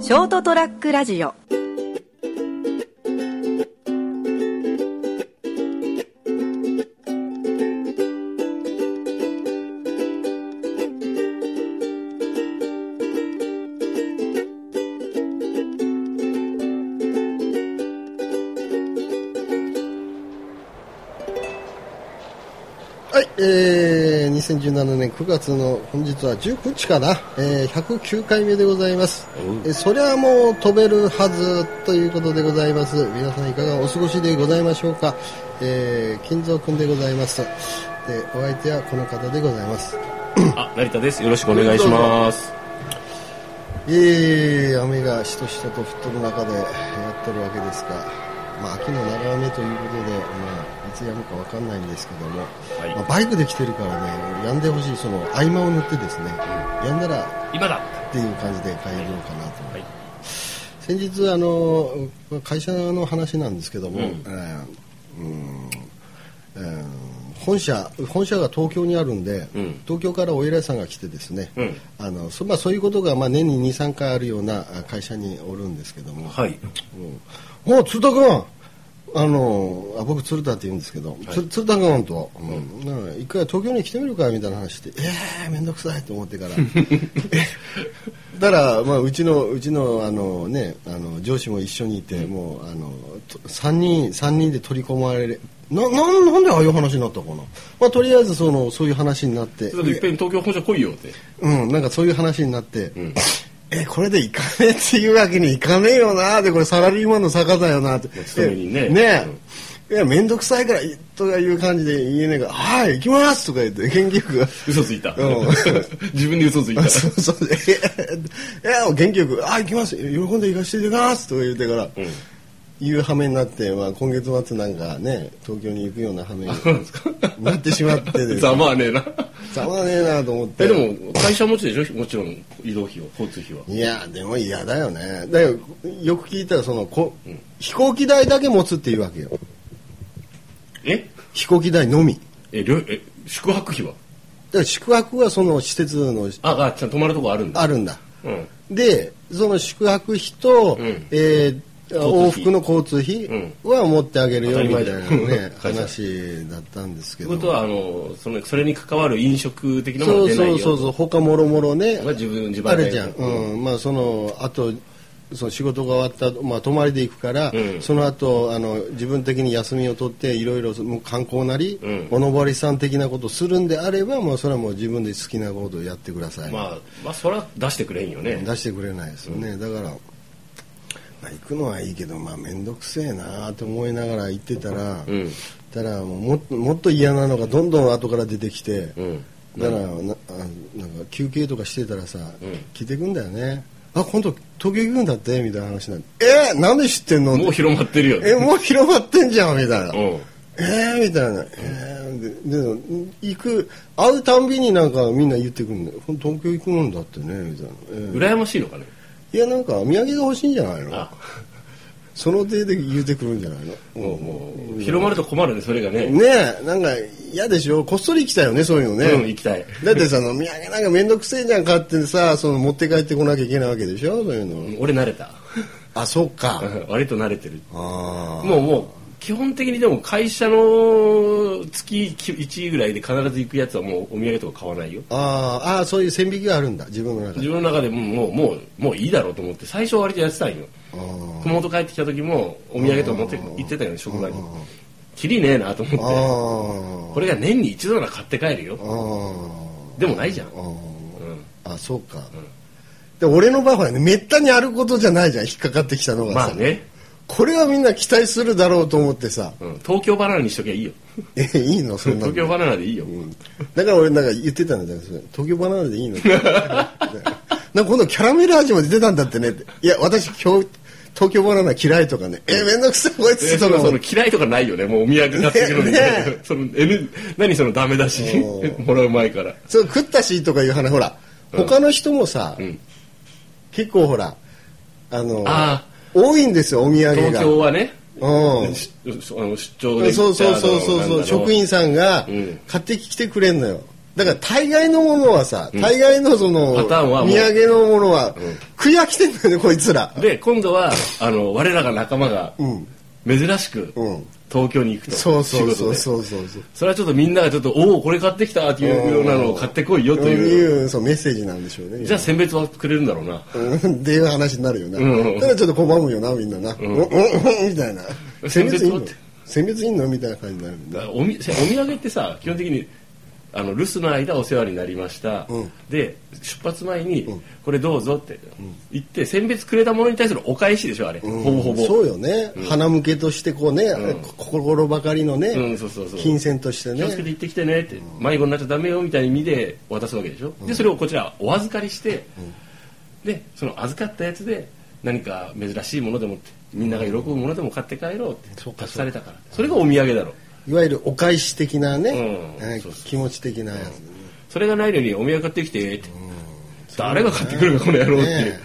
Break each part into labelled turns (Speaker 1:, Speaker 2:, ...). Speaker 1: ショートトラックラジオ
Speaker 2: はい、えー、2017年9月の本日は19日かな、えー、109回目でございます、えーそりゃもう飛べるはずということでございます皆さんいかがお過ごしでございましょうか、えー、金蔵君でございますでお相手はこの方でございます
Speaker 3: あ、成田です。よろしくお願いします。
Speaker 2: えー、雨がしとしとと降ってる中でやってるわけですが、まあ、秋の長雨ということで、まあ、いつやむかわかんないんですけども、
Speaker 3: はい
Speaker 2: まあ、バイクで来てるからね、やんでほしい、その合間を塗ってですね、やんだら
Speaker 3: 今だ。
Speaker 2: っていう感じで帰ろうかなと思います。
Speaker 3: は
Speaker 2: 先
Speaker 3: い。
Speaker 2: 日あの会社の話なんですけども、
Speaker 3: うん
Speaker 2: えーうんえー本社本社が東京にあるんで、
Speaker 3: うん
Speaker 2: 東京からお偉いさんが来てですね、
Speaker 3: うん
Speaker 2: あのそまあ、そういうことがまあ年に23回あるようなあ会社におるんですけども、
Speaker 3: はい。
Speaker 2: うん、もう鶴田君あのあ僕鶴田って言うんですけど、つ鶴田君と、うんなんか一回東京に来てみるかみたいな話してええー、面倒くさいと思ってから だから、まあ、うちのうちのあの、ね、あの上司も一緒にいて、もうあのと3人三人で取り込まれるななんなんでああいう話になったかな、まあ、とりあえずそのそういう話になって
Speaker 3: ちょっといっぺん東京本社来いよって。
Speaker 2: うん、なんかそういう話になって、え、これでいかねえっていうわけにいかねえよなで、これサラリーマンの坂だよなって。
Speaker 3: 勤めにね
Speaker 2: えねえ。いや、めんどくさいから、いとかいう感じで言えねえから、はい、行きますとか言って、元気よく。
Speaker 3: 嘘ついた
Speaker 2: うん。
Speaker 3: 自分で嘘ついた
Speaker 2: あ。そうそう。え、いや、元気よく、あ、行きます。喜んで行かせていただきますとか言ってから、いう羽目になって、まあ、今月末なんかね、東京に行くような羽目になってしまってです
Speaker 3: ざまあねえな。
Speaker 2: ざまあねえなと思って。
Speaker 3: え、でも、会社持ちでしょもちろん、移動費は、交通費は。
Speaker 2: いやでも嫌だよねだよよく聞いたらそのこ、飛行機代だけ持つっていうわけよ
Speaker 3: え
Speaker 2: 飛行機代のみだ
Speaker 3: え、りょえ、宿泊費は
Speaker 2: から宿泊はその施設の
Speaker 3: あ、あ、ちゃんと泊まるとこあるんだ。
Speaker 2: あるんだ
Speaker 3: うん。
Speaker 2: でその宿泊費と、
Speaker 3: うん
Speaker 2: えー往
Speaker 3: 交通費
Speaker 2: 復の交通費は持ってあげるよみたいな
Speaker 3: 当たり前
Speaker 2: ね
Speaker 3: だ
Speaker 2: 話だったんですけ
Speaker 3: という
Speaker 2: ど
Speaker 3: ことは、あの、その、それに関わる飲食的なもの
Speaker 2: そ
Speaker 3: は
Speaker 2: う
Speaker 3: 出な
Speaker 2: そ
Speaker 3: いよ。
Speaker 2: うそうそう他もろもろね
Speaker 3: まあ自分自
Speaker 2: あ
Speaker 3: 腹で
Speaker 2: るじゃん、うんまあ、そのあとその仕事が終わった、まあ、泊まりで行くから、
Speaker 3: うん
Speaker 2: その後あの自分的に休みを取っていろいろもう観光なり、
Speaker 3: うん
Speaker 2: おのぼりさん的なことをするんであれば、まあ、それはもう自分で好きなことをやってください、
Speaker 3: まあ、まあ、それは出してくれんよね。
Speaker 2: 出してくれないですよね、だから、まあ、行くのはいいけど、まあ、面倒くせえなと思いながら行ってたら、
Speaker 3: うん
Speaker 2: たらもうもっともっと嫌なのがどんどん後から出てきて。
Speaker 3: うん。
Speaker 2: だからなあなんか休憩とかしてたらさ、聞いてくんだよねあ今度東京行くんだってみたいな話になってえー、なんで知ってんの
Speaker 3: もう広まってるよね
Speaker 2: え。もう広まってんじゃんみたいな、
Speaker 3: うん。
Speaker 2: えー、みたいな、えー、でで行く会うたんびになんかみんな言ってくるんだよほん東京行くもんだってねみたいな、えー
Speaker 3: 羨ましいのかね。
Speaker 2: いやなんか土産が欲しいんじゃないの
Speaker 3: あ、
Speaker 2: その手で言うてくるんじゃないの
Speaker 3: もう、もう、広まると困るね、それがね。
Speaker 2: ねえなんか嫌でしょこっそり行きたいよねそういうのね、
Speaker 3: うん、行きたい。
Speaker 2: だってさ、あの土産なんかめんどくせえじゃんかってさ、その持って帰ってこなきゃいけないわけでしょそういうの。
Speaker 3: 俺慣れた。
Speaker 2: あ、そっか。
Speaker 3: 割と慣れてる。
Speaker 2: あ
Speaker 3: もうもう、基本的にでも会社の月1位ぐらいで必ず行くやつはもうお土産とか買わないよ。
Speaker 2: あ。あーあー、そういう線引きがあるんだ、自分の中
Speaker 3: 自
Speaker 2: で。
Speaker 3: 分の中でももう、もう、もういいだろうと思って、最初は割とやってたんよ。
Speaker 2: あー
Speaker 3: 熊本帰ってきた時もお土産とか持って行ってたよね、職場に。きりねえなと思
Speaker 2: あ
Speaker 3: って。
Speaker 2: ー。
Speaker 3: これが年に一度なら買って帰るよ。
Speaker 2: あー
Speaker 3: でもないじゃん。
Speaker 2: あー。
Speaker 3: うん
Speaker 2: あ、そうか。で俺の場合はね、めったにあることじゃないじゃん、引っかかってきたのがさ。
Speaker 3: まあね、
Speaker 2: これはみんな期待するだろうと思ってさ、
Speaker 3: うん東京バナナにしときゃいいよ。
Speaker 2: え、いいのそんなの
Speaker 3: 東京バナナでいいよ。
Speaker 2: だから俺なんか言ってたんだよそれ東京バナナでいい のってなんか今度キャラメル味も出てたんだってねっていや私今日東京バナナ嫌いとかねえめんどくさいこい
Speaker 3: え
Speaker 2: つ
Speaker 3: そ
Speaker 2: と
Speaker 3: の
Speaker 2: か
Speaker 3: そ
Speaker 2: も
Speaker 3: の嫌いとかないよね、もうお土産買ってくるみたいな
Speaker 2: ね。
Speaker 3: その N 何そのダメ出し
Speaker 2: う
Speaker 3: もらう前から。
Speaker 2: そう食ったしとかいう話ほら他の人もさ、
Speaker 3: うん
Speaker 2: 結構ほらあの
Speaker 3: あ
Speaker 2: 多いんですよお土産
Speaker 3: 東京
Speaker 2: が
Speaker 3: はね、
Speaker 2: うん
Speaker 3: しあの出張で行った
Speaker 2: そうそうそうそうそう職員さんが
Speaker 3: うん
Speaker 2: 買ってきてくれんのよ、だから大概のものはさ、大概のその、
Speaker 3: パターンはもう
Speaker 2: 土産のものは、食い飽きてんだよね、こいつら。
Speaker 3: で今度はあの我らが仲間が
Speaker 2: うん。
Speaker 3: 珍しく
Speaker 2: うん。
Speaker 3: 東京に行くと、
Speaker 2: そうそうそ
Speaker 3: 仕事
Speaker 2: う
Speaker 3: で
Speaker 2: そうそうそう。
Speaker 3: それはちょっとみんながちょっとおおこれ買ってきたっていうようなのを買ってこいよという、
Speaker 2: うんそうメッセージなんでしょうね。
Speaker 3: じゃあ選別はくれるんだろうな
Speaker 2: うんっていう話になるよな。
Speaker 3: うん
Speaker 2: ただちょっと拒むよな、みんなな。うん、うん、うんみたいな。
Speaker 3: 選別
Speaker 2: いん
Speaker 3: は
Speaker 2: の選別いんのみたいな感じになるんだ。
Speaker 3: おみお土産ってさ基本的にあの留守の間お世話になりました、
Speaker 2: うん
Speaker 3: で出発前に、
Speaker 2: うん
Speaker 3: これどうぞって言って選別くれたものに対するお返しでしょあれ、
Speaker 2: うん
Speaker 3: ほぼほぼ
Speaker 2: そうよね。花向けとしてこうね、
Speaker 3: ん
Speaker 2: こ心ばかりのね、
Speaker 3: うんそうそうそう
Speaker 2: 金銭として
Speaker 3: 気をつけて
Speaker 2: ね。
Speaker 3: 行ってきてねって、迷子になっちゃダメよみたいに見で渡すわけでしょ、でそれをこちらはお預かりして、でその預かったやつで何か珍しいものでもってみんなが喜ぶものでも買って帰ろうって
Speaker 2: そうか
Speaker 3: 託されたからそれがお土産だろ
Speaker 2: いわゆるお返し的なね、
Speaker 3: うん
Speaker 2: えー
Speaker 3: そうそうそう
Speaker 2: 気持ち的なやつ、
Speaker 3: それがないのにお土産買ってきてって、誰が買ってくるかこの野郎っていう、
Speaker 2: ね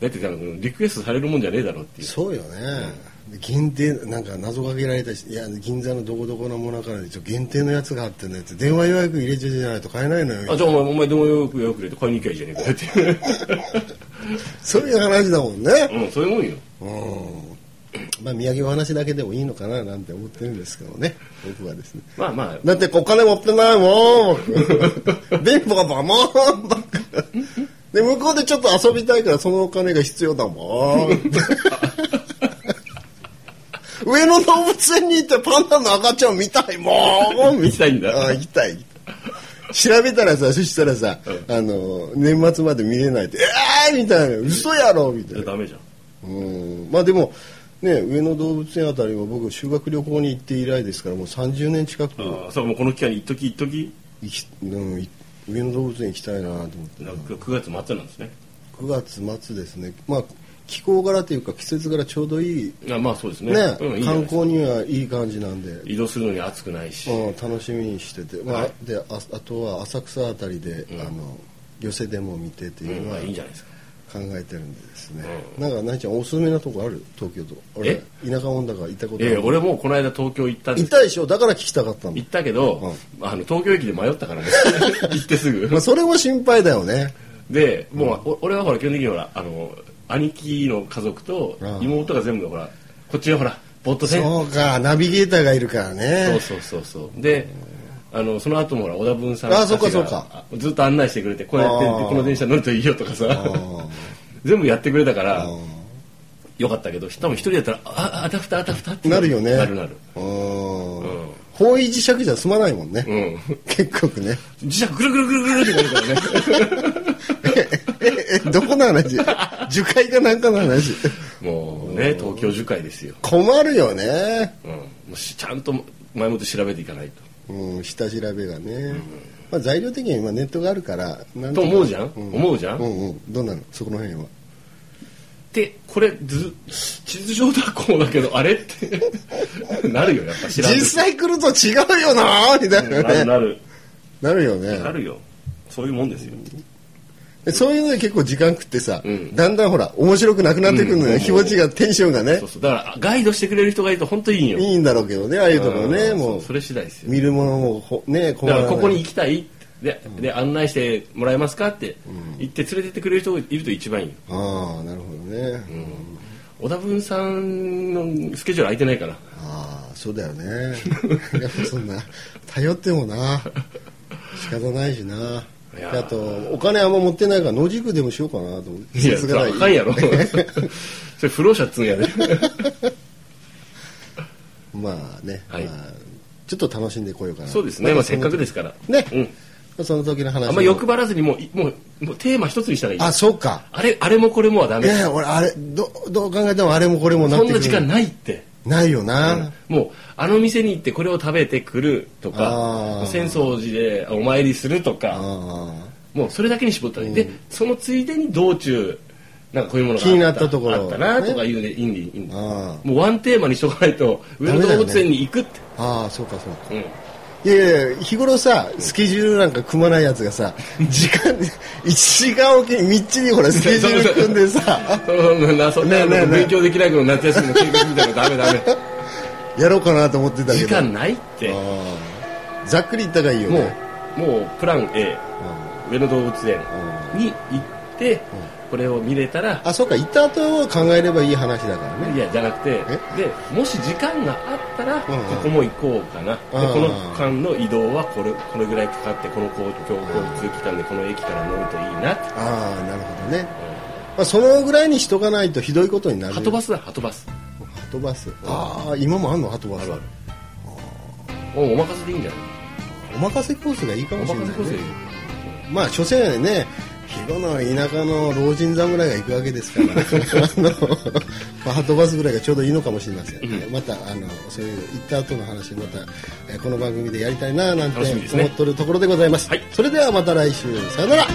Speaker 3: だってあのリクエストされるもんじゃねえだろっていう
Speaker 2: そうよね。限定、なんか謎かけられたし、いや、銀座のどこどこのものからで、ちょ限定のやつがあってねって、電話予約入れちゃじゃないと買えないのよ。
Speaker 3: あじゃあお前お前でもよくよくれて買いに行きゃいいじゃねえかよっていう、
Speaker 2: そういう話だもんね。
Speaker 3: うん、そういうもんよ
Speaker 2: うんまあ、土産お話だけでもいいのかななんて思ってるんですけどね、僕はですね。
Speaker 3: まあまあ
Speaker 2: だってお金持ってない もん僕貧乏だもん僕で、向こうでちょっと遊びたいからそのお金が必要だ もん上野動物園に行ってパンダの赤ちゃん見たいもん
Speaker 3: 見たいんだ
Speaker 2: あ行きたい行きたい調べたらさ、そしたらさ、あの、年末まで見れないって、えーみたいな、嘘やろみたいな。
Speaker 3: ダメじゃん
Speaker 2: うんまあでも、ね、上野動物園あたりは僕修学旅行に行って以来ですからもう30年近く
Speaker 3: ああそうもうこの期間に一時一時
Speaker 2: 行き、うん、い上野動物園行きたいなと思って
Speaker 3: なんか9月末なんですね
Speaker 2: 9月末ですね、まあ、気候柄というか季節柄ちょうどいい、
Speaker 3: あまあそうですね
Speaker 2: ね
Speaker 3: うん、いいじゃ
Speaker 2: 観
Speaker 3: ないですか
Speaker 2: 光にはいい感じなんで、
Speaker 3: 移動するのに暑くないし、
Speaker 2: うん、楽しみにしてて、まあ
Speaker 3: はい
Speaker 2: でああとは浅草あたりで、あの寄せでも見てっていうのは
Speaker 3: まあ
Speaker 2: 考
Speaker 3: いいんじゃないですか
Speaker 2: えてるんでですね、
Speaker 3: う
Speaker 2: なんかなちゃんおすすめなとこある東京都俺田舎女が行ったこと
Speaker 3: え
Speaker 2: あ
Speaker 3: え
Speaker 2: る
Speaker 3: 俺もこの間東京行ったんです
Speaker 2: いたでしょだから聞きたかったの
Speaker 3: 行ったけど、あの東京駅で迷ったからね 行ってすぐ
Speaker 2: まあ、それも心配だよね
Speaker 3: でもう、お俺はほら基本的にほらあの兄貴の家族と
Speaker 2: ああ
Speaker 3: 妹が全部ほらこっちはほらボット線
Speaker 2: そうかナビゲーターがいるから
Speaker 3: そう
Speaker 2: ね
Speaker 3: そうそうそうであのその後もほら小田文さん
Speaker 2: あ
Speaker 3: たちが
Speaker 2: そうかそうか
Speaker 3: ずっと案内してくれてこうやって
Speaker 2: ああ
Speaker 3: この電車乗るといいよとかさ
Speaker 2: あ
Speaker 3: 全部やってくれたから
Speaker 2: あ
Speaker 3: よかったけど多分一人だったらあああたふたあたふたって
Speaker 2: なるよね
Speaker 3: なるなる
Speaker 2: う
Speaker 3: うんん
Speaker 2: 方位磁石じゃ済まないもんね、
Speaker 3: うん
Speaker 2: 結局ね
Speaker 3: 磁石ぐるぐるぐるぐるってなるからね
Speaker 2: ええどこの話樹海かなんかの話
Speaker 3: もうね東京樹海ですよ、
Speaker 2: 困るよね、
Speaker 3: うん、もうしちゃんと前もって調べていかないと
Speaker 2: うん、下調べがね、まあ、材料的には今ネットがあるからなん
Speaker 3: と
Speaker 2: か
Speaker 3: 思うじゃん、
Speaker 2: うん
Speaker 3: 思うじゃん、
Speaker 2: うんうんどうなのそこの辺は
Speaker 3: でこれず地図上だこうだけどあれって なるよやっぱ知らんと
Speaker 2: 実際来ると違うよなみたいな
Speaker 3: なる
Speaker 2: ね
Speaker 3: なる
Speaker 2: なるよね
Speaker 3: なるよそういうもんですよ
Speaker 2: でそういうので結構時間食ってさ、
Speaker 3: ん
Speaker 2: だんだんほら面白くなくなってくるのよ、
Speaker 3: うん
Speaker 2: 気持ちがテンションがね
Speaker 3: そうそうだからガイドしてくれる人がいると本当いいんよ
Speaker 2: いいんだろうけどねああいうとこね
Speaker 3: ん
Speaker 2: もう
Speaker 3: そそれ次第ですよ
Speaker 2: 見るものもほね困
Speaker 3: だからら
Speaker 2: ない
Speaker 3: ここに行きたいってでで案内してもらえますかって言って連れてってくれる人がいると一番いいよ
Speaker 2: ああなるほどね、
Speaker 3: 小田文さんのスケジュール空いてないから
Speaker 2: ああそうだよね やっぱそんな頼ってもな仕方ないしない
Speaker 3: やー
Speaker 2: あとお金あんま持ってないから野宿でもしようかなと思って
Speaker 3: いや
Speaker 2: 節
Speaker 3: そ
Speaker 2: が
Speaker 3: れ
Speaker 2: ない
Speaker 3: あかんやろ それ不老者っつうん やで、
Speaker 2: まあね、
Speaker 3: はい
Speaker 2: まあ、ちょっと楽しんでこようかな
Speaker 3: そうですね、まあ、せっかくですすから
Speaker 2: ね
Speaker 3: うん
Speaker 2: その時の話
Speaker 3: あんま欲張らずにもういもうもうテーマ一つにしたらいい
Speaker 2: あそうか
Speaker 3: あれあれもこれもはダ
Speaker 2: い
Speaker 3: メ
Speaker 2: やいや俺あれどどう考えてもあれもこれもなっ
Speaker 3: そ
Speaker 2: て
Speaker 3: ん
Speaker 2: く
Speaker 3: な
Speaker 2: る
Speaker 3: 時間ないって
Speaker 2: ないよな、
Speaker 3: もうあの店に行ってこれを食べてくると
Speaker 2: あ
Speaker 3: か
Speaker 2: ー
Speaker 3: 浅草寺でお参りするとか
Speaker 2: あ
Speaker 3: もうそれだけに絞ったらいい、でそのついでに道中なんかこういうものがあ
Speaker 2: 気になったところ
Speaker 3: あったなとかいうでいいんでいいん
Speaker 2: あ
Speaker 3: で
Speaker 2: あ
Speaker 3: もうワンテーマにしとかないと上野動物園に行くって、
Speaker 2: あああそうかそうか
Speaker 3: うん
Speaker 2: いやいやいや日頃さスケジュールなんか組まないやつがさ時間一時間おきにみっちりほらスケジュール組んでさ
Speaker 3: そんなそん
Speaker 2: ねえ
Speaker 3: な
Speaker 2: ねえねえ
Speaker 3: 勉強できないの夏休みの計画みたいなのダメダメ
Speaker 2: やろうかなと思ってたけ
Speaker 3: 時
Speaker 2: ど
Speaker 3: 間ないって
Speaker 2: ああざっくり言った方がいいよ
Speaker 3: もう
Speaker 2: ね
Speaker 3: もうプラン A 上野動物園
Speaker 2: う
Speaker 3: に行ってこれを見れたら
Speaker 2: あそうか行った後を考えればいい話だからね
Speaker 3: いやじゃなくてでもし時間があったら、
Speaker 2: んうん
Speaker 3: ここも行こうかな、
Speaker 2: うんう
Speaker 3: で
Speaker 2: ん
Speaker 3: この区間の移動はこれこれぐらいかかってこの公共交通機関でこの駅から乗るといいなって、
Speaker 2: ああなるほどね、まあ、そのぐらいにしとかないとひどいことになる
Speaker 3: はとバスだはとバス
Speaker 2: はとバスああ今もあんのはとバス
Speaker 3: あるおお任せでいいんじゃない
Speaker 2: お任せコースがいいか
Speaker 3: お
Speaker 2: もしれない、
Speaker 3: 任せ
Speaker 2: ね、
Speaker 3: こそいい
Speaker 2: まあ所詮ね広の田舎の老人侍が行くわけですから あの、まあ、ハトバスぐらいがちょうどいいのかもしれません、またあのそういう行った後の話をまた、えーこの番組でやりたいななんて
Speaker 3: 楽しみですね
Speaker 2: 思っとるところでございます
Speaker 3: はい
Speaker 2: それではまた来週さよなら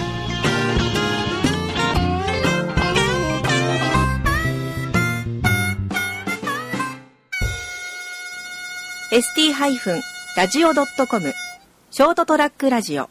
Speaker 1: ST-radio.com ショートトラックラジオ